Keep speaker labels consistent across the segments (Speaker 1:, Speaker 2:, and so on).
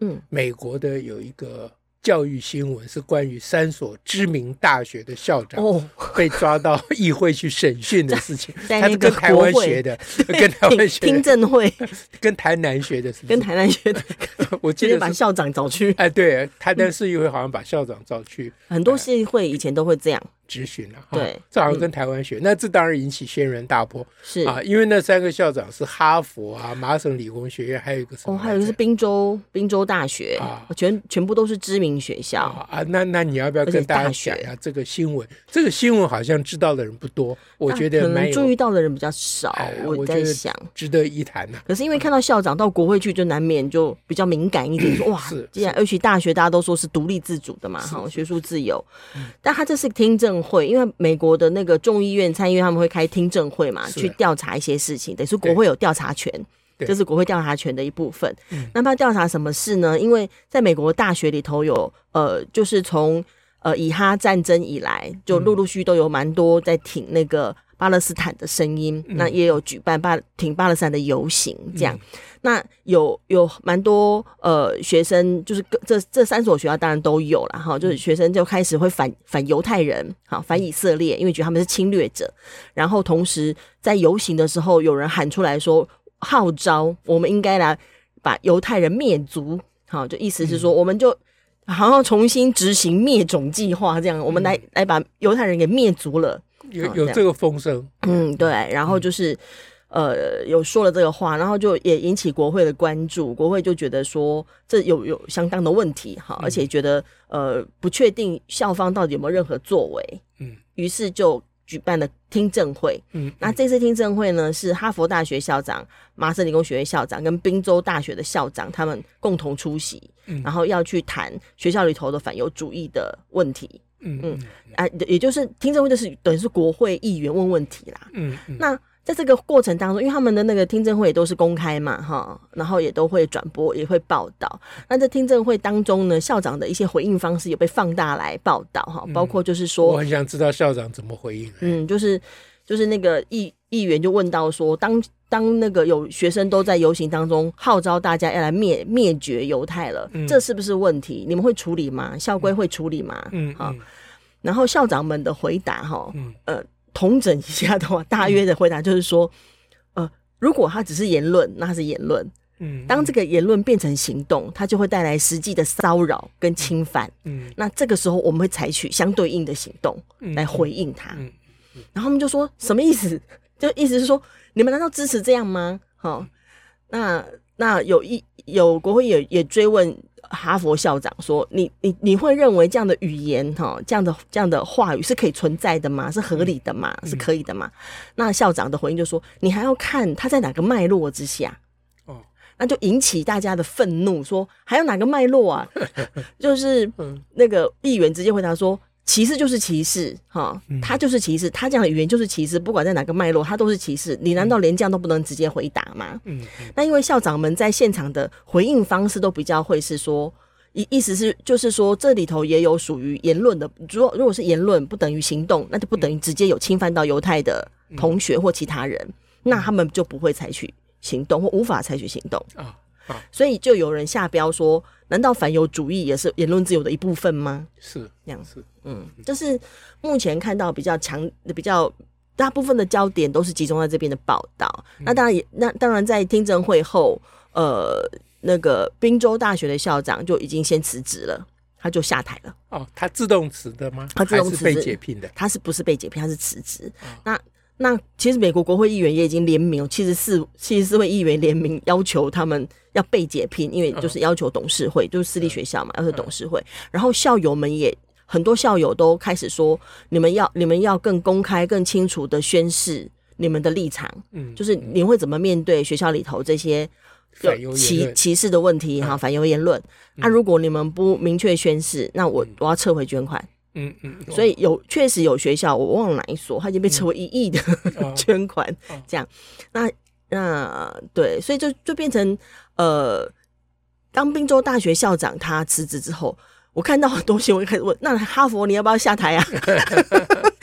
Speaker 1: 嗯，
Speaker 2: 美国的有一个教育新闻，是关于三所知名大学的校长
Speaker 1: 哦，
Speaker 2: 被抓到议会去审讯的事情。
Speaker 1: 在
Speaker 2: 他
Speaker 1: 那
Speaker 2: 是
Speaker 1: 个
Speaker 2: 跟台湾
Speaker 1: 国会
Speaker 2: 学 的，跟台湾学
Speaker 1: 听
Speaker 2: 的，
Speaker 1: 证 会
Speaker 2: 跟台南学的，是不
Speaker 1: 跟
Speaker 2: 是？
Speaker 1: 台南学的，
Speaker 2: 我
Speaker 1: 直
Speaker 2: 记
Speaker 1: 接
Speaker 2: 得
Speaker 1: 把
Speaker 2: 是。
Speaker 1: 校长找去。
Speaker 2: 哎，对，
Speaker 1: 嗯
Speaker 2: 台南市议会好像把校长召去
Speaker 1: 很多系会以前都会这样，
Speaker 2: 质询了，哈
Speaker 1: 对嗯
Speaker 2: 这好像跟台湾学，那这当然引起轩然大波
Speaker 1: 是
Speaker 2: 啊，因为那三个校长是哈佛啊、麻省理工学院，还有一个什么
Speaker 1: 哦，
Speaker 2: 来着？
Speaker 1: 还有一个是滨州滨州大学
Speaker 2: 啊，
Speaker 1: 全全部都是知名学校。
Speaker 2: 啊啊，那那你要不要
Speaker 1: 而且
Speaker 2: 跟大家
Speaker 1: 大学
Speaker 2: 讲一下这个新闻？这个新闻好像知道的人不多，我觉
Speaker 1: 那
Speaker 2: 得
Speaker 1: 啊可
Speaker 2: 蛮
Speaker 1: 能注
Speaker 2: 有
Speaker 1: 意到的人比较少
Speaker 2: 哎，
Speaker 1: 我
Speaker 2: 我
Speaker 1: 在
Speaker 2: 觉得
Speaker 1: 想。
Speaker 2: 值得一谈呐、
Speaker 1: 可是因为看到校长到国会去，就难免就比较敏感一点， 说哇
Speaker 2: 是，
Speaker 1: 既然尤其大学大家都说是独立自主的嘛，
Speaker 2: 是
Speaker 1: 哈，
Speaker 2: 是
Speaker 1: 学术自由。但他这是听证会，因为美国的那个众议院、参议院他们会开听证会嘛，
Speaker 2: 是
Speaker 1: 去调查一些事情，等于说国会有调查权。
Speaker 2: 对嗯
Speaker 1: 这是国会调查权的一部分。那么要调查什么事呢？因为在美国大学里头有呃，就是从呃以哈战争以来，就陆陆续续都有蛮多在挺那个巴勒斯坦的声音，
Speaker 2: 嗯
Speaker 1: 那也有举办巴挺巴勒斯坦的游行这样。那有有蛮多呃学生，就是各这这三所学校当然都有了哈，就是学生就开始会反反犹太人，好反以色列，因为觉得他们是侵略者。然后同时在游行的时候，有人喊出来说号召，我们应该来把犹太人灭族，好，就意思是说我们就。好像重新执行灭种计划，这样我们来、来把犹太人给灭族了。
Speaker 2: 有
Speaker 1: 好
Speaker 2: 有
Speaker 1: 这样
Speaker 2: 这个风声，
Speaker 1: 嗯，对，然后就是。呃，有说了这个话，然后就也引起国会的关注，国会就觉得说这有有相当的问题哈，而且
Speaker 2: 嗯
Speaker 1: 觉得呃不确定校方到底有没有任何作为，
Speaker 2: 嗯，
Speaker 1: 于是就举办了听证会。
Speaker 2: 嗯，
Speaker 1: 那这次听证会呢，是哈佛大学校长、麻省理工学院校长跟宾州大学的校长他们共同出席，
Speaker 2: 嗯
Speaker 1: 然后要去谈学校里头的反犹主义的问题
Speaker 2: 嗯
Speaker 1: 嗯
Speaker 2: 嗯
Speaker 1: 啊，也就是听证会就是等于是国会议员问问题啦，
Speaker 2: 嗯嗯，
Speaker 1: 那在这个过程当中，因为他们的那个听证会也都是公开嘛，哈，然后也都会转播，也会报道。那在听证会当中呢，校长的一些回应方式也被放大来报道哈，包括就是
Speaker 2: 嗯我
Speaker 1: 说，
Speaker 2: 很想知道校长怎么回应。
Speaker 1: 嗯，就是就是那个议议员就问到说，当当那个有学生都在游行当中号召大家要来灭灭绝犹太了，
Speaker 2: 嗯
Speaker 1: 这是不是问题？你们会处理吗？校规会处理吗？
Speaker 2: 嗯，
Speaker 1: 好
Speaker 2: 嗯
Speaker 1: 然后校长们的回答哈，
Speaker 2: 嗯
Speaker 1: 呃，统整一下的话，大约的回答就是说，呃，如果他只是言论，那是言论；
Speaker 2: 嗯，
Speaker 1: 当这个言论变成行动，它就会带来实际的骚扰跟侵犯。
Speaker 2: 嗯
Speaker 1: 那这个时候，我们会采取相对应的行动
Speaker 2: 嗯
Speaker 1: 来回应他。
Speaker 2: 嗯
Speaker 1: 然后他们就说什么意思？ 就意思是说，你们难道支持这样吗？好、
Speaker 2: 嗯
Speaker 1: 那那有一有国会也也追问哈佛校长说，你你你会认为这样的语言哈、这样的这样的话语是可以存在的吗？是合理的吗？
Speaker 2: 嗯
Speaker 1: 是可以的吗？那校长的回应就说，你还要看他在哪个脉络之下。
Speaker 2: 哦
Speaker 1: 那就引起大家的愤怒，说还有哪个脉络啊？ 就是那个议员直接回答说，歧视就是歧视，哈，他就是歧视，他这样的语言就是歧视，不管在哪个脉络，他都是歧视。你难道连这样都不能直接回答吗？
Speaker 2: 嗯嗯
Speaker 1: 那因为校长们在现场的回应方式都比较会是说。意意思是，就是说，这里头也有属于言论的。如果如果是言论不等于行动，那就不等于直接有侵犯到犹太的同学或其他人，那他们就不会采取行动或无法采取行动。
Speaker 2: 啊，
Speaker 1: 所以就有人下标说：“难道反犹主义也是言论自由的一部分吗
Speaker 2: 是
Speaker 1: 这样
Speaker 2: 是，？”
Speaker 1: 嗯，这是目前看到比较强、比较大部分的焦点都是集中在这边的报道。那当然也，那当然在听证会后，呃，那个宾州大学的校长就已经先辞职了，他就下台了。
Speaker 2: 哦，他自动辞的吗？
Speaker 1: 他自动
Speaker 2: 还
Speaker 1: 辞
Speaker 2: 是被
Speaker 1: 职
Speaker 2: 解聘的？
Speaker 1: 他是不是被解聘？他是辞职。
Speaker 2: 嗯
Speaker 1: 那那其实美国国会议员也已经联名，七十四七十四位议员联名要求他们要被解聘，因为
Speaker 2: 嗯
Speaker 1: 就是要求董事会，就是私立学校嘛，要求董事会。然后校友们也很多校友都开始说，你们要你们要更公开、更清楚的宣示你们的立场，
Speaker 2: 嗯，
Speaker 1: 就是你会怎么面对学校里头这些
Speaker 2: 反犹
Speaker 1: 有
Speaker 2: 言
Speaker 1: 歧
Speaker 2: 论，
Speaker 1: 歧视的问题，哈，反犹言论。那、
Speaker 2: 嗯
Speaker 1: 如果你们不明确宣誓，那我
Speaker 2: 嗯
Speaker 1: 我要撤回捐款。
Speaker 2: 嗯嗯，
Speaker 1: 所以有确实有学校，我忘了哪一所，它已经被撤回一亿的
Speaker 2: 哦
Speaker 1: 捐款
Speaker 2: 哦，
Speaker 1: 这样。那那对，所以就就变成呃，当宾州大学校长他辞职之后。我看到很多新闻，开始问：那哈佛你要不要下台啊？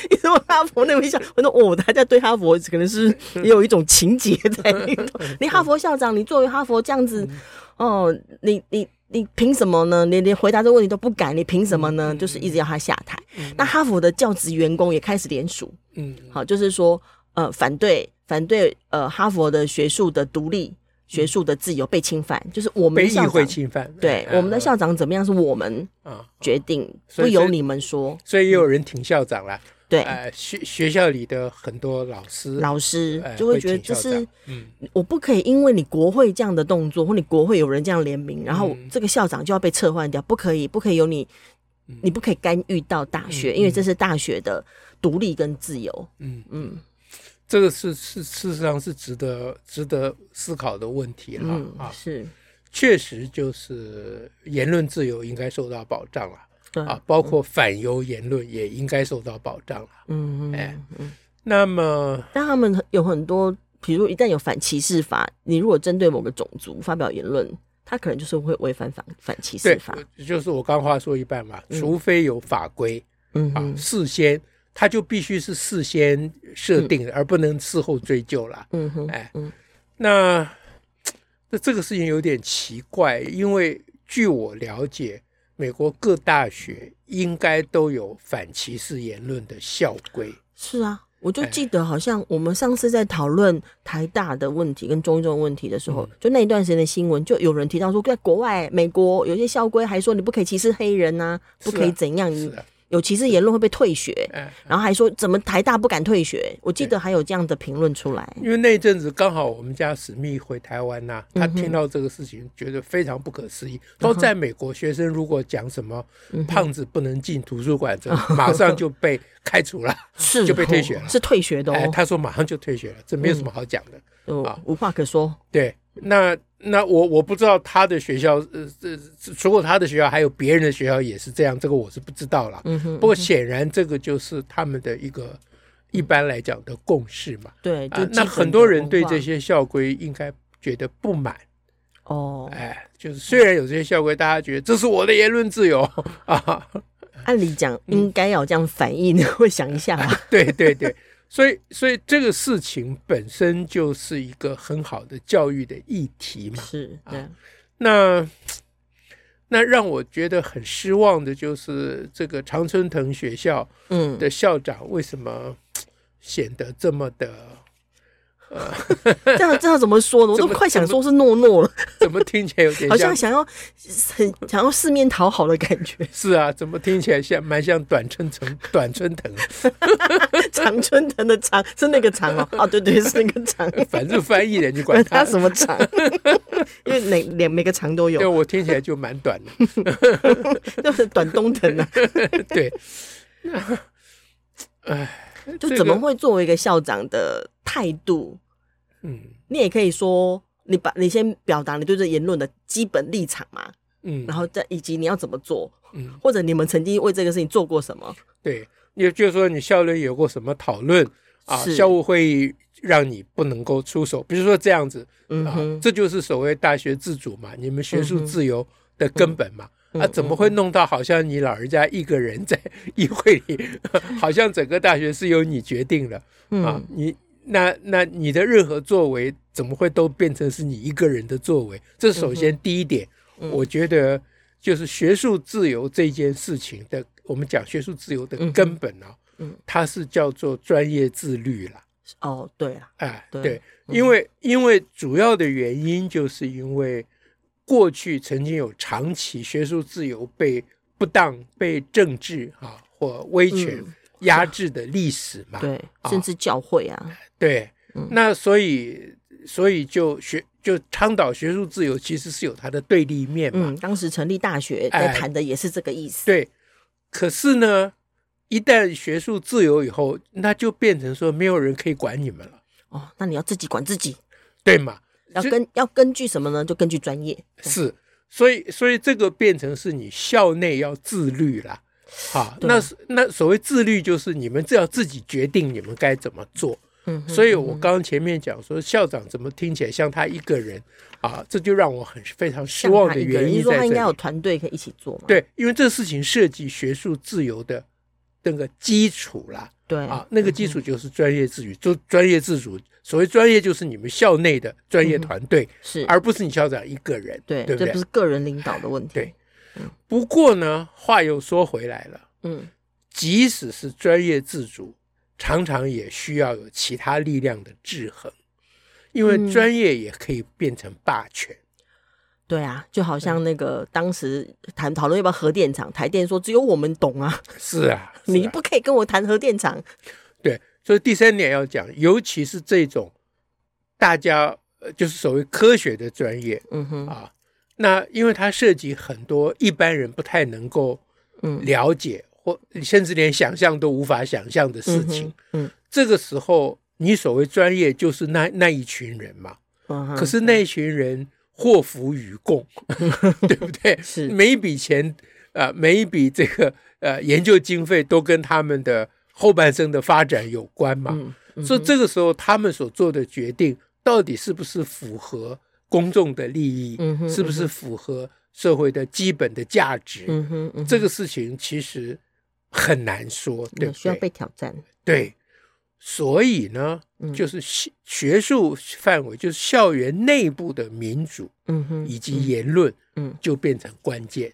Speaker 1: 你说哈佛那边校，我说哦，大家对哈佛可能 是也有一种情结在里头。你哈佛校长，你作为哈佛这样子，
Speaker 2: 嗯
Speaker 1: 哦，你你你凭什么呢？你连回答这个问题都不敢，你凭什么呢？
Speaker 2: 嗯嗯
Speaker 1: 就是一直要他下台。
Speaker 2: 嗯
Speaker 1: 那哈佛的教职员工也开始联署，
Speaker 2: 嗯嗯
Speaker 1: 好，就是说呃反对反对呃哈佛的学术的独立、学术的自由被侵犯，就是我们
Speaker 2: 嗯被
Speaker 1: 的
Speaker 2: 议
Speaker 1: 校
Speaker 2: 会
Speaker 1: 长
Speaker 2: 侵犯，
Speaker 1: 对
Speaker 2: 嗯
Speaker 1: 我们的校长怎么样是我们
Speaker 2: 嗯啊，
Speaker 1: 决定，
Speaker 2: 所
Speaker 1: 不
Speaker 2: 以
Speaker 1: 由
Speaker 2: 是
Speaker 1: 你们说。
Speaker 2: 所以也有人挺校长啦，
Speaker 1: 对，
Speaker 2: 呃，学学校里的很多老师
Speaker 1: 嗯老师
Speaker 2: 呃
Speaker 1: 就会觉得
Speaker 2: 挺
Speaker 1: 这
Speaker 2: 校
Speaker 1: 是
Speaker 2: 长嗯
Speaker 1: 我不可以因为你国会这样的动作，或你国会有人这样联名，然后
Speaker 2: 嗯
Speaker 1: 这个校长就要被撤换掉，不可以，不可以有你
Speaker 2: 嗯，
Speaker 1: 你不可以干预到大学，
Speaker 2: 嗯
Speaker 1: 因为这是大学的独立跟自由。
Speaker 2: 嗯，
Speaker 1: 嗯
Speaker 2: 这个是是事实上是值得值得思考的问题了
Speaker 1: 嗯，
Speaker 2: 啊，
Speaker 1: 是，
Speaker 2: 确实就是言论自由应该受到保障了。
Speaker 1: 对，
Speaker 2: 啊，包括反犹言论也应该受到保障了。
Speaker 1: 嗯
Speaker 2: 哎
Speaker 1: 嗯嗯。
Speaker 2: 那么，
Speaker 1: 但他们有很多，比如一旦有反歧视法，你如果针对某个种族发表言论，他可能就是会违反反反歧视
Speaker 2: 对
Speaker 1: 法。，
Speaker 2: 就是我刚话说一半嘛，
Speaker 1: 嗯
Speaker 2: 除非有法规
Speaker 1: 嗯
Speaker 2: 啊
Speaker 1: 哼，
Speaker 2: 事先它就必须是事先设定的，而不能事后追究了。
Speaker 1: 嗯哼，
Speaker 2: 哎
Speaker 1: 嗯
Speaker 2: 那那这个事情有点奇怪，因为据我了解，美国各大学应该都有反歧视言论的校规。
Speaker 1: 是啊，我就
Speaker 2: 哎
Speaker 1: 记得好像我们上次在讨论台大的问题跟中中问题的时候，
Speaker 2: 嗯
Speaker 1: 就那一段时间的新闻，就有人提到说，在国外美国有些校规还说你不可以歧视黑人呐、
Speaker 2: 是
Speaker 1: 不
Speaker 2: 啊
Speaker 1: 可以怎样，
Speaker 2: 是啊
Speaker 1: 你
Speaker 2: 的，
Speaker 1: 有歧视言论会被退学。
Speaker 2: 哎。
Speaker 1: 然后还说怎么台大不敢退学，我记得还有这样的评论出来。
Speaker 2: 因为那一阵子刚好我们家史密回台湾呐、他
Speaker 1: 嗯哼
Speaker 2: 听到这个事情，觉得非常不可思议。说在美国，学生如果讲什么
Speaker 1: 嗯
Speaker 2: “胖子不能进图书馆”，这马上就被开 除了。
Speaker 1: 是
Speaker 2: 就被
Speaker 1: 哦
Speaker 2: 退学了
Speaker 1: 是退学的
Speaker 2: 哎，
Speaker 1: 哦，
Speaker 2: 他说马上就退学了，这没有什么好讲的。
Speaker 1: 哦
Speaker 2: 啊
Speaker 1: 无话可说。
Speaker 2: 对，那那我我不知道他的学校，呃，这这除了他的学校，还有别人的学校也是这样，这个我是不知道啦。
Speaker 1: 嗯哼，
Speaker 2: 不过显然这个就是他们的一个一般来讲的共识嘛。
Speaker 1: 对，就
Speaker 2: 啊，
Speaker 1: 基
Speaker 2: 那
Speaker 1: 本
Speaker 2: 很多人对
Speaker 1: 的文
Speaker 2: 这
Speaker 1: 化
Speaker 2: 些校规应该觉得不满。
Speaker 1: 哦，
Speaker 2: 哎，就是虽然有这些校规，大家觉得这是我的言论自由啊，
Speaker 1: 按理讲
Speaker 2: 嗯
Speaker 1: 应该要这样反应， 会想一下 吧。
Speaker 2: 对对对，所以所以这个事情本身就是一个很好的教育的议题嘛。
Speaker 1: 是，
Speaker 2: 啊
Speaker 1: 对，
Speaker 2: 那那让我觉得很失望的就是这个常春藤学校
Speaker 1: 嗯，
Speaker 2: 的校长为什么显得这么的，
Speaker 1: 这样这样怎么说呢？我都
Speaker 2: 怎么
Speaker 1: 快想说是诺 诺了，
Speaker 2: 怎么听起来有
Speaker 1: 好
Speaker 2: 点
Speaker 1: 像
Speaker 2: 像？
Speaker 1: 想要很想要四面讨好的感觉。
Speaker 2: 是啊，怎么听起来像蛮像短春藤短春藤？啊
Speaker 1: 常春藤的常 是那个常 哦，哦对对是那个常，
Speaker 2: 反正翻译人就
Speaker 1: 管
Speaker 2: 管
Speaker 1: 他
Speaker 2: 他
Speaker 1: 什么常，因为每两每个常都
Speaker 2: 对
Speaker 1: 有，
Speaker 2: 我听起来就蛮短的。
Speaker 1: 就是短东藤 啊，
Speaker 2: 对，那哎，
Speaker 1: 就
Speaker 2: 这个
Speaker 1: 怎么会作为一个校长的态度，
Speaker 2: 嗯
Speaker 1: 你也可以说。你把你先表达你对这言论的基本立场嘛，
Speaker 2: 嗯，
Speaker 1: 然后再以及你要怎么做，
Speaker 2: 嗯，
Speaker 1: 或者你们曾经为这个事情做过什么？
Speaker 2: 对，也就是说你校内有过什么讨论啊？
Speaker 1: 是
Speaker 2: 校务会议让你不能够出手，比如说这样子
Speaker 1: 嗯
Speaker 2: 啊，
Speaker 1: 哼，
Speaker 2: 这就是所谓大学自主嘛，你们学
Speaker 1: 嗯
Speaker 2: 术
Speaker 1: 哼
Speaker 2: 自由的根本嘛。
Speaker 1: 嗯
Speaker 2: 啊，怎么会弄到好像你老人家一个人在 议会里，好像整个大学是由你决定了啊
Speaker 1: 嗯？，
Speaker 2: 你那那你的任何作为怎么会都变成是你一个人的作为？这是首先第一点，
Speaker 1: 嗯
Speaker 2: 我觉得就是学术自由这件事情的，我们讲学术自由的
Speaker 1: 嗯哼
Speaker 2: 根本啊，
Speaker 1: 嗯
Speaker 2: 它是叫做专业自律了。
Speaker 1: 哦，对了，
Speaker 2: 哎，
Speaker 1: 对
Speaker 2: 对，
Speaker 1: 嗯
Speaker 2: 因为因为主要的原因就是因为过去曾经有长期学术自由被不当、被政治啊或威权
Speaker 1: 嗯
Speaker 2: 压制的历史嘛。
Speaker 1: 对，
Speaker 2: 啊哎
Speaker 1: 甚至教会啊，
Speaker 2: 对
Speaker 1: 嗯
Speaker 2: 那所以所以就学就倡导学术自由，其实是有它的对立面嘛。
Speaker 1: 嗯，当时成立大学
Speaker 2: 哎
Speaker 1: 在谈的也是这个意思，
Speaker 2: 对，可是呢，一旦学术自由以后，那就变成说没有人可以管你们了，
Speaker 1: 哦，那你要自己管自己，
Speaker 2: 对吗？
Speaker 1: 要
Speaker 2: 是
Speaker 1: 根要根据什么呢？就根据专业。嗯
Speaker 2: 是，所以所以这个变成是你校内要自律啦。啊，
Speaker 1: 对
Speaker 2: 那是那所谓自律就是你们只要自己决定你们该怎么做。
Speaker 1: 嗯哼，
Speaker 2: 所以我刚刚前面讲说校长怎么听起来像他一个人啊，这就让我很非常失
Speaker 1: 像
Speaker 2: 望
Speaker 1: 他
Speaker 2: 的
Speaker 1: 一个人
Speaker 2: 原
Speaker 1: 你
Speaker 2: 因
Speaker 1: 说
Speaker 2: 在
Speaker 1: 他应该
Speaker 2: 这
Speaker 1: 有
Speaker 2: 里。
Speaker 1: 团队可以一起做嘛？
Speaker 2: 对，因为这事情涉及学术自由的那个基础啦。
Speaker 1: 对
Speaker 2: 啊，那个基
Speaker 1: 嗯
Speaker 2: 础就是专业自主，就专业自主。所谓专业，就是你们校内的专业团队，
Speaker 1: 是，
Speaker 2: 而不是你校长一个人，
Speaker 1: 嗯对，
Speaker 2: 对不
Speaker 1: 这
Speaker 2: 对
Speaker 1: 不？是个人领导的问题。
Speaker 2: 对不过呢，话又说回来了，
Speaker 1: 嗯，
Speaker 2: 即使是专业自主，常常也需要有其他力量的制衡，因为
Speaker 1: 嗯
Speaker 2: 专业也可以变成霸权。
Speaker 1: 对啊，就好像那个当时谈讨论要不要核电厂，台电说只有我们懂啊，
Speaker 2: 是啊，是
Speaker 1: 你
Speaker 2: 啊
Speaker 1: 不可以跟我谈核电厂。
Speaker 2: 对，所以第三点要讲，尤其是这种大家呃就是所谓科学的专业，
Speaker 1: 嗯哼，
Speaker 2: 啊，那因为它涉及很多一般人不太能够
Speaker 1: 嗯，
Speaker 2: 了解，或甚至连想象都无法想象的事
Speaker 1: 嗯哼
Speaker 2: 情。，
Speaker 1: 嗯
Speaker 2: 这个时候，你所谓专业就是那那一群人嘛，
Speaker 1: 嗯哼，
Speaker 2: 可是那一群人祸福与 共，对不对？
Speaker 1: 是
Speaker 2: 每一笔钱，呃，每一笔这个呃研究经费都跟他们的后半生的发展有关嘛。
Speaker 1: 嗯，嗯
Speaker 2: 所以
Speaker 1: 哼
Speaker 2: 这个时候他们所做的决定到底是不是符合公众的利益，
Speaker 1: 嗯哼
Speaker 2: 是不是符合社会的基本的价值？
Speaker 1: 嗯哼，嗯哼
Speaker 2: 这个事情其实很难说，对
Speaker 1: 嗯需要
Speaker 2: 不对？
Speaker 1: 被挑战。
Speaker 2: 对，所以呢，
Speaker 1: 嗯
Speaker 2: 就是学学术范围，就是校园内部的民主
Speaker 1: 嗯哼，
Speaker 2: 以及言论，
Speaker 1: 嗯
Speaker 2: 就变成关键。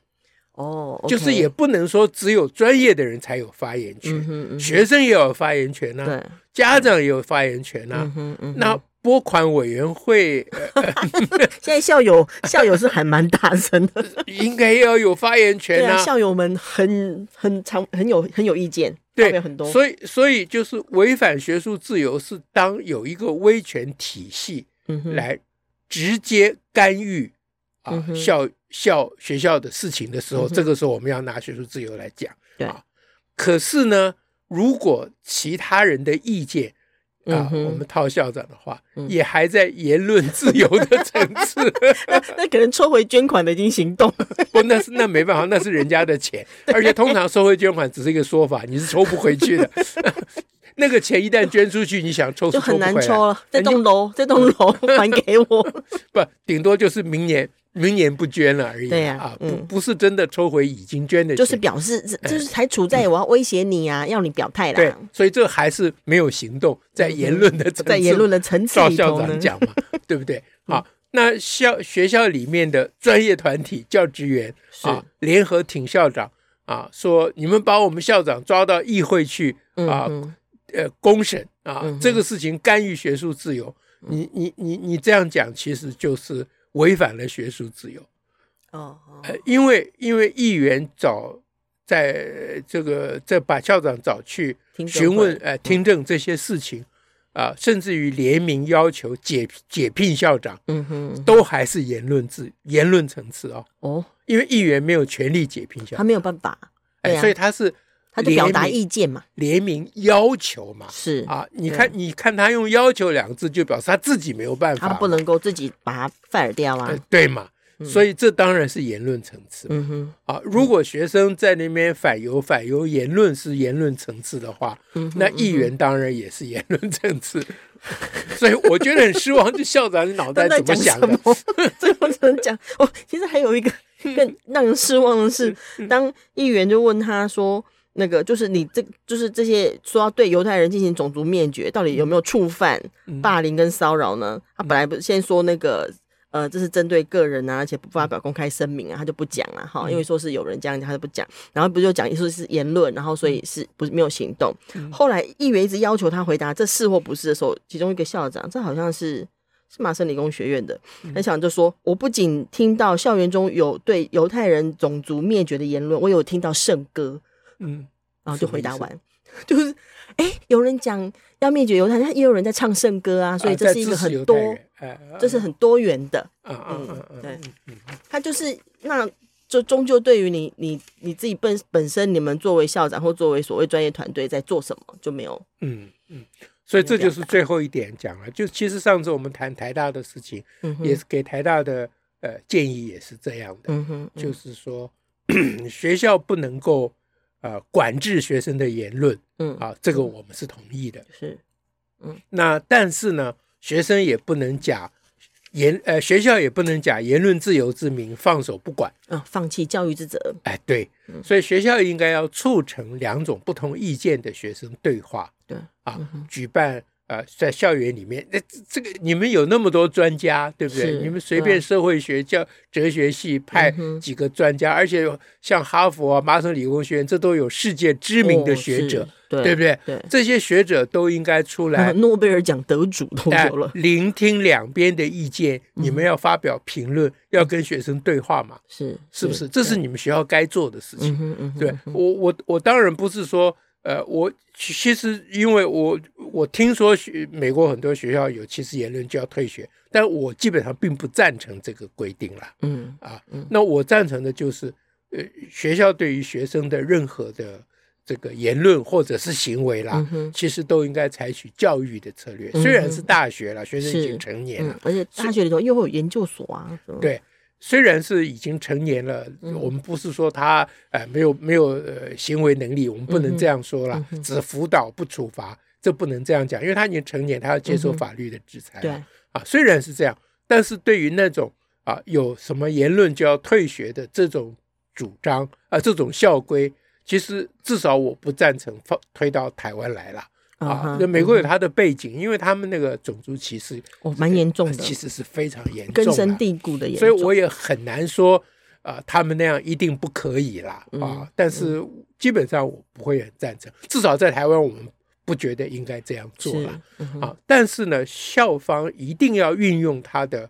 Speaker 1: 哦，
Speaker 2: 就是也不能说只有专业的人才有发言
Speaker 1: 嗯哼
Speaker 2: 权，
Speaker 1: 嗯哼
Speaker 2: 学生也有发言权呐、
Speaker 1: 对，
Speaker 2: 家长也有发言权呐、啊
Speaker 1: 嗯哼嗯哼，
Speaker 2: 那拨款委员会、呃
Speaker 1: 现在校友校友是还蛮大声的，
Speaker 2: 呃应该要有发言
Speaker 1: 对
Speaker 2: 权
Speaker 1: 啊，校友们很很常很有很有意见，发
Speaker 2: 对
Speaker 1: 表，很多，
Speaker 2: 所以所以就是违反学术自由，是当有一个威权体系
Speaker 1: 嗯哼，
Speaker 2: 来直接干预啊、
Speaker 1: 嗯哼
Speaker 2: 校校学校的事情的时候，
Speaker 1: 嗯哼
Speaker 2: 这个时候我们要拿学术自由来讲。
Speaker 1: 对
Speaker 2: 啊，可是呢，如果其他人的意见
Speaker 1: 嗯
Speaker 2: 啊，
Speaker 1: 哼
Speaker 2: 我们套校长的话，
Speaker 1: 嗯
Speaker 2: 也还在言论自由的层 次。
Speaker 1: 那那可能抽回捐款的已经行动，
Speaker 2: 不，那是那没办法，那是人家 的钱，而且通常收回捐款只是一个说法，你是抽不回去的。 那个钱一旦捐出去，你想抽是
Speaker 1: 就很
Speaker 2: 抽不啊回
Speaker 1: 难
Speaker 2: 来，
Speaker 1: 抽了。这栋楼，这栋楼还给我。
Speaker 2: 不，顶多就是明年明年不捐了而已。
Speaker 1: 对呀
Speaker 2: 啊，不
Speaker 1: 嗯
Speaker 2: 不是真的抽回已经捐的钱，
Speaker 1: 就是表示，就是还处在我要威胁你啊，要你表态
Speaker 2: 哎嗯对
Speaker 1: 啦，，
Speaker 2: 所以这还是没有行动，在言论的层次
Speaker 1: 嗯在言论的层次
Speaker 2: 照
Speaker 1: 里
Speaker 2: 校
Speaker 1: 头
Speaker 2: 长
Speaker 1: 呢，嗯
Speaker 2: 讲 嘛，对不对？好，那校学校里面的专业团体教职员
Speaker 1: 是
Speaker 2: 啊，联合挺校长啊，说你们把我们校长抓到议会去
Speaker 1: 嗯
Speaker 2: 啊，
Speaker 1: 嗯
Speaker 2: 呃，公审啊，
Speaker 1: 嗯哼
Speaker 2: 这个事情干预学术自由，你你你你这样讲，其实就是违反了学术自由。
Speaker 1: 哦，哦
Speaker 2: 呃，因为因为议员找在呃这个再把校长找去
Speaker 1: 哦听证
Speaker 2: 询问
Speaker 1: 会
Speaker 2: 呃听证这些事情啊、甚至于联名要求解解聘校长，
Speaker 1: 嗯哼，
Speaker 2: 都还是言论自言论层次哦，
Speaker 1: 哦，
Speaker 2: 因为议员没有权利解聘校
Speaker 1: 他
Speaker 2: 长，
Speaker 1: 没有办法，
Speaker 2: 哎、
Speaker 1: 对啊
Speaker 2: 所以他是
Speaker 1: 他就表达
Speaker 2: 联名
Speaker 1: 意见嘛，
Speaker 2: 联名要求嘛。
Speaker 1: 是
Speaker 2: 啊，你看，你看他用“要求”两个字，就表示他自己没有办法
Speaker 1: 他
Speaker 2: 嘛，
Speaker 1: 不能够自己把它 fire 掉啊
Speaker 2: 呃，对嘛？所以这当然是言论层次嘛
Speaker 1: 嗯哼，
Speaker 2: 啊，如果学生在那边反犹反犹言论是言论层次的话，
Speaker 1: 嗯哼
Speaker 2: 那议员当然也是言论层次， 所以我觉得很失望，就校长你脑袋
Speaker 1: 在
Speaker 2: 怎么
Speaker 1: 讲
Speaker 2: 想
Speaker 1: 什
Speaker 2: 的
Speaker 1: 么？？ 最后只能讲哦，其实还有一个
Speaker 2: 嗯
Speaker 1: 更让人失望的是，当议员就问他说。那个就是你这就是这些说要对犹太人进行种族灭绝，到底有没有触犯
Speaker 2: 嗯
Speaker 1: 霸凌跟骚扰呢？他本来不是先说那个呃，这是针对个人啊，而且不发表公开声明啊，他就不讲了哈，因为说是有人这样讲，他就不讲。然后不就讲说是言论，然后所以是不是没有行动？后来议员一直要求他回答这是或不是的时候，其中一个校长，这好像是是麻省理工学院的，很想就说，我不仅听到校园中有对犹太人种族灭绝的言论，我有听到圣歌，
Speaker 2: 嗯，
Speaker 1: 然后就回答
Speaker 2: 什么
Speaker 1: 完， 就是哎、诶有人讲要灭绝犹太人，但也有人在唱圣歌啊，所以
Speaker 2: 啊
Speaker 1: 这
Speaker 2: 在
Speaker 1: 是一
Speaker 2: 支
Speaker 1: 个
Speaker 2: 持
Speaker 1: 很
Speaker 2: 犹
Speaker 1: 多
Speaker 2: 太，人哎
Speaker 1: 这是很多元的。
Speaker 2: 啊啊啊啊
Speaker 1: 嗯对
Speaker 2: 嗯嗯
Speaker 1: 他就是那就终究对于你你你自己本本身，你们作为校长或作为所谓专业团队在做什么就没有
Speaker 2: 嗯嗯，所以这就是最后一点讲了。就其实上次我们谈台大的事情，
Speaker 1: 嗯哼
Speaker 2: 也是给台大的呃建议也是这样的，
Speaker 1: 嗯哼，嗯
Speaker 2: 就是说 学校不能够呃管制学生的言论
Speaker 1: 嗯
Speaker 2: 啊，这个我们是同意的。
Speaker 1: 是
Speaker 2: 那但是呢，学生也不能假言呃，学校也不能假言论自由之名放手不管。
Speaker 1: 啊，放弃教育之责，
Speaker 2: 哎，对，所以学校应该要促成两种不同意见的学生对话
Speaker 1: 对，
Speaker 2: 啊，举办呃在校园里面，那、这这个你们有那么多专家，对不对
Speaker 1: 是？嗯
Speaker 2: 你们随便社会学教哲学系派几个专家，而且像哈佛啊、麻省理工学院，这都有世界知名的
Speaker 1: 哦
Speaker 2: 学者，，
Speaker 1: 是
Speaker 2: 对
Speaker 1: 对
Speaker 2: 不对？
Speaker 1: 对？
Speaker 2: 这些学者都应该出 来
Speaker 1: 啊诺贝尔奖得主都
Speaker 2: 哎
Speaker 1: 有了，嗯
Speaker 2: 聆听两边的意见，你们要发表评论，要跟学生对话嘛，
Speaker 1: 是
Speaker 2: 是不是？这是你们学校该做的事
Speaker 1: 嗯。
Speaker 2: 情
Speaker 1: 哼嗯哼，
Speaker 2: 对我，我我当然不是说，呃，我其其实因为我我听说学美国很多学校有歧视言论就要退学，但我基本上并不赞成这个规定啦。
Speaker 1: 嗯
Speaker 2: 啊，那我赞成的就是，呃，学校对于学生的任何的这个言论或者是行为啦，
Speaker 1: 嗯哼
Speaker 2: 其实都应该采取教育的策略。
Speaker 1: 嗯哼
Speaker 2: 虽然是大学了，学生已
Speaker 1: 是
Speaker 2: 经成年了
Speaker 1: 嗯，，而且大学里头又会有研究所啊，什么
Speaker 2: 啊对虽然是已经成年了，
Speaker 1: 嗯
Speaker 2: 我们不是说他呃没有没有呃行为能力，我们不
Speaker 1: 嗯
Speaker 2: 能这样说了，只辅导不处罚，这不能这样讲，因为他已经成年，他要接受法律的制裁了、
Speaker 1: 嗯对，
Speaker 2: 啊，虽然是这样，但是对于那种啊有什么言论就要退学的这种主张啊，这种校规，其实至少我不赞成放推到台湾来了
Speaker 1: 嗯
Speaker 2: 啊
Speaker 1: 哼。
Speaker 2: 那、美国有它的背景，因为他们那个种族歧视
Speaker 1: 哦，蛮严重的
Speaker 2: 其，实是非常严重
Speaker 1: 根
Speaker 2: 的，
Speaker 1: 深蒂固的严
Speaker 2: 所
Speaker 1: 重，
Speaker 2: 以我也很难说，呃，他们那样一定不可以啦
Speaker 1: 嗯
Speaker 2: 啊、但是基本上我不会很赞成，至少在台湾我们不觉得应该这样做
Speaker 1: 是嗯
Speaker 2: 啦。啊。但是呢，校方一定要运用他的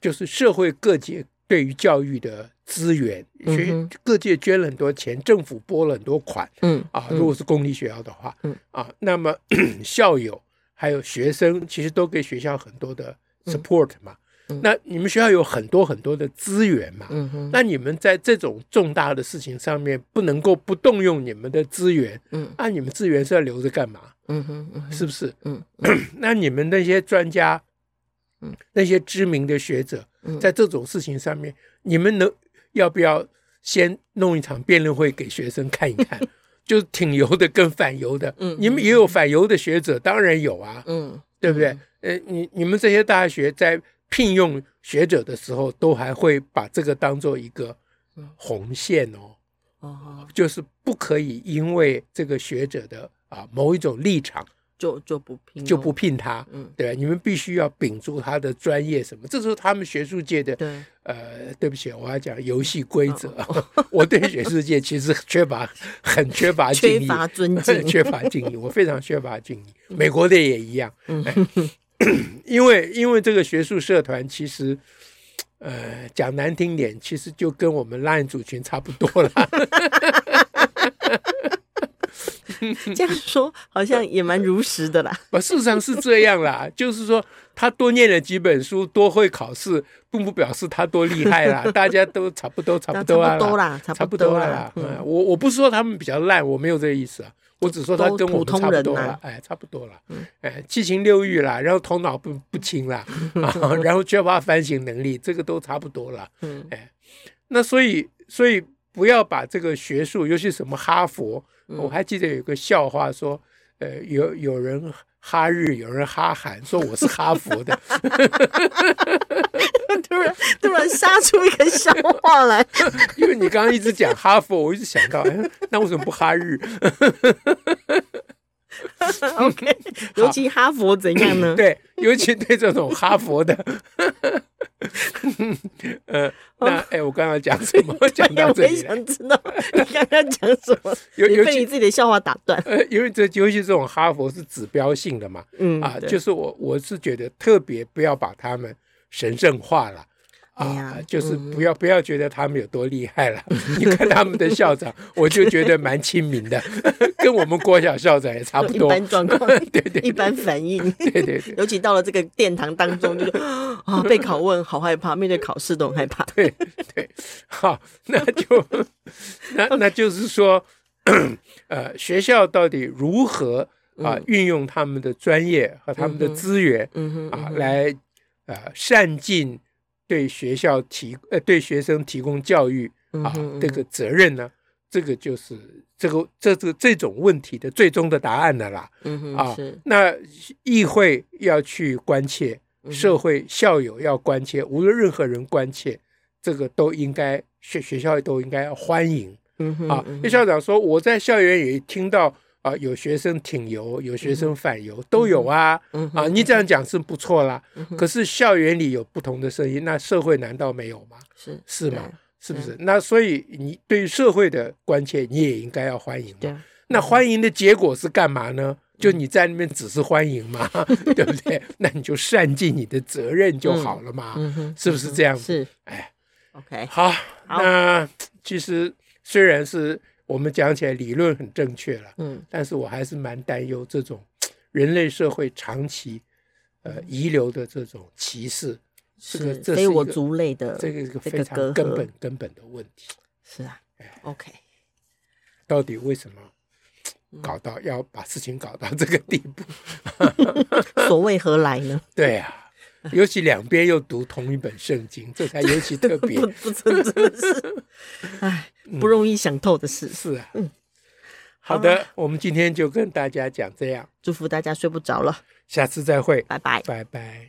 Speaker 2: 就是社会各界对于教育的资源，
Speaker 1: 嗯
Speaker 2: 学、
Speaker 1: 哼
Speaker 2: 各界捐了很多钱，政府拨了很多款，
Speaker 1: 嗯
Speaker 2: 啊，
Speaker 1: 嗯
Speaker 2: 如果是公立学校的话，
Speaker 1: 嗯
Speaker 2: 啊，那么 校友还有学生其实都给学校很多的 support 嘛。
Speaker 1: 嗯
Speaker 2: 那你们学校有很多很多的资源嘛？
Speaker 1: 嗯哼
Speaker 2: 那你们在这种重大的事情上面不能够不动用你们的资源，
Speaker 1: 嗯
Speaker 2: 那、你们资源是要留着干嘛？
Speaker 1: 嗯哼嗯哼
Speaker 2: 是不是？
Speaker 1: 嗯
Speaker 2: 那你们那些专家，
Speaker 1: 嗯，
Speaker 2: 那些知名的学者
Speaker 1: 嗯，
Speaker 2: 在这种事情上面，你们能要不要先弄一场辩论会给学生看一 看？就是挺油的跟反油的，
Speaker 1: 嗯
Speaker 2: 你们也有反油的学者，当然有啊，
Speaker 1: 嗯
Speaker 2: 对不对？呃，你你们这些大学在聘用学者的时候，都还会把这个当做一个
Speaker 1: 嗯
Speaker 2: 红线哦。
Speaker 1: 哦，
Speaker 2: 就是不可以因为这个学者的啊某一种立场
Speaker 1: 就就不拼
Speaker 2: 就
Speaker 1: 咯
Speaker 2: 不聘他，
Speaker 1: 嗯
Speaker 2: 对啊吧？你们必须要秉烛他的专业什么，这是他们学术界的
Speaker 1: 对哦
Speaker 2: 呃，对不起，我要讲游戏规则， 我对学术界其实缺乏很缺乏敬
Speaker 1: 缺
Speaker 2: 意，
Speaker 1: 乏尊敬，
Speaker 2: 缺乏敬意，我非常缺乏敬意。美国的也一样，
Speaker 1: 嗯
Speaker 2: 哎因为因为这个学术社团其实。呃，讲难听点，其实就跟我们 Line 组群差不多了。
Speaker 1: 这样说好像也蛮如实的啦。
Speaker 2: 不，呃事实上是这样啦，就是说他多念了几本书，多会考试，并不表示他多厉害啦。大家都差不多，差不多啊，
Speaker 1: 多啦，差
Speaker 2: 差
Speaker 1: 不
Speaker 2: 不
Speaker 1: 多
Speaker 2: 多
Speaker 1: 啦，
Speaker 2: 啊啦。嗯，我我不是说他们比较烂，我没有这个意思啊，我只说他
Speaker 1: 都
Speaker 2: 跟我
Speaker 1: 普通
Speaker 2: 们差不
Speaker 1: 人啊嗯
Speaker 2: 多
Speaker 1: 呐
Speaker 2: 啦，哎，差不多啦，哎，七情六欲啦，然后头脑不不 清啦，啊，然后缺乏反省能力，这个都差不多啦。
Speaker 1: 嗯
Speaker 2: 哎，那所以所以不要把这个学术，尤其什么哈佛，我还记得有个笑话说，呃，有有人哈日，有人哈韩，说我是哈佛的，
Speaker 1: 突然突然杀出一个笑话 来，
Speaker 2: 因为你刚刚一直讲哈佛，我一直想到，哎，那为什么不哈日？
Speaker 1: OK，尤其哈佛怎样呢？
Speaker 2: 对，尤其对这种哈佛的， 呃，那哎，我刚刚讲什么？讲
Speaker 1: 因为
Speaker 2: 到
Speaker 1: 我
Speaker 2: 这
Speaker 1: 也
Speaker 2: 里来，
Speaker 1: 想知道你刚刚讲什么，
Speaker 2: 尤
Speaker 1: 你
Speaker 2: 尤
Speaker 1: 被你
Speaker 2: 其
Speaker 1: 自己的笑话打断。
Speaker 2: 呃，因为这尤其这种哈佛是指标性的嘛，
Speaker 1: 嗯
Speaker 2: 啊，
Speaker 1: 对
Speaker 2: 就是我我是觉得特别不要把他们神圣化了。
Speaker 1: 哎呀
Speaker 2: 啊，就是不要不要觉得他们有多厉害了。 你看他们的校长，我就觉得蛮亲民的， 跟我们郭小校长也啊差不
Speaker 1: 一
Speaker 2: 多。
Speaker 1: 般状况，
Speaker 2: 对对
Speaker 1: 一般反应。
Speaker 2: 对对对
Speaker 1: 尤其到了这个殿堂当中，就是 啊，被拷问，好害怕，面对考试都很害怕。
Speaker 2: 对对， 好，那就 那那就是说，呃，学校到底如何啊，运用他们的专业和他们的资源
Speaker 1: 嗯嗯哼，
Speaker 2: 啊，来啊善尽对学校提呃对学生提供教育
Speaker 1: 嗯
Speaker 2: 啊
Speaker 1: 哼
Speaker 2: 这个责任呢，这个就是这个这这这种问题的最终的答案的啦。
Speaker 1: 嗯哼
Speaker 2: 啊
Speaker 1: 是
Speaker 2: 那议会要去关切，
Speaker 1: 嗯哼
Speaker 2: 社会校友要关切，无论任何人关切，这个都应该学学校都应该要欢迎
Speaker 1: 嗯哼
Speaker 2: 啊。
Speaker 1: 嗯
Speaker 2: 那
Speaker 1: 哼
Speaker 2: 校长说，我在校园也听到啊、有学生挺油，有学生反油，都有啊
Speaker 1: 嗯哼
Speaker 2: 啊。你这样讲是不错啦
Speaker 1: 嗯，哼
Speaker 2: 可是校园里有不同的声音，那社会难道没有吗？
Speaker 1: 是
Speaker 2: 是吗？是不
Speaker 1: 嗯
Speaker 2: 是？那所以你对于社会的关切，你也应该要欢迎嘛。
Speaker 1: 对嗯啊
Speaker 2: 那欢迎的结果是干嘛呢？就你在那边只是欢 迎嘛，对不对？那你就善尽你的责任就好了嘛，
Speaker 1: 嗯哼
Speaker 2: 是不是这样子？
Speaker 1: 是
Speaker 2: 哎
Speaker 1: ，OK，
Speaker 2: 好，那其实虽然是我们讲起来理论很正确了，
Speaker 1: 嗯
Speaker 2: 但是我还是蛮担忧这种人类社会长期呃遗留的这种歧视，这个
Speaker 1: 是
Speaker 2: 这是
Speaker 1: 非
Speaker 2: 一
Speaker 1: 我
Speaker 2: 个
Speaker 1: 族类的
Speaker 2: 这个一个
Speaker 1: 呃这
Speaker 2: 非
Speaker 1: 个隔
Speaker 2: 常根
Speaker 1: 阂
Speaker 2: 本哎根本的问题。
Speaker 1: 是啊，OK，
Speaker 2: 到底为什么搞到要把事情搞到这个地步？
Speaker 1: 所谓何来呢？
Speaker 2: 对啊，尤其两边又读同一本圣经， 这才尤其特别
Speaker 1: 不。不真真的是， 哎，
Speaker 2: 嗯
Speaker 1: 不容易想透的事。
Speaker 2: 是啊，好啊的，我们今天就跟大家讲这样，
Speaker 1: 祝福大家睡不着了，
Speaker 2: 下次再会，
Speaker 1: 拜拜。
Speaker 2: 拜拜。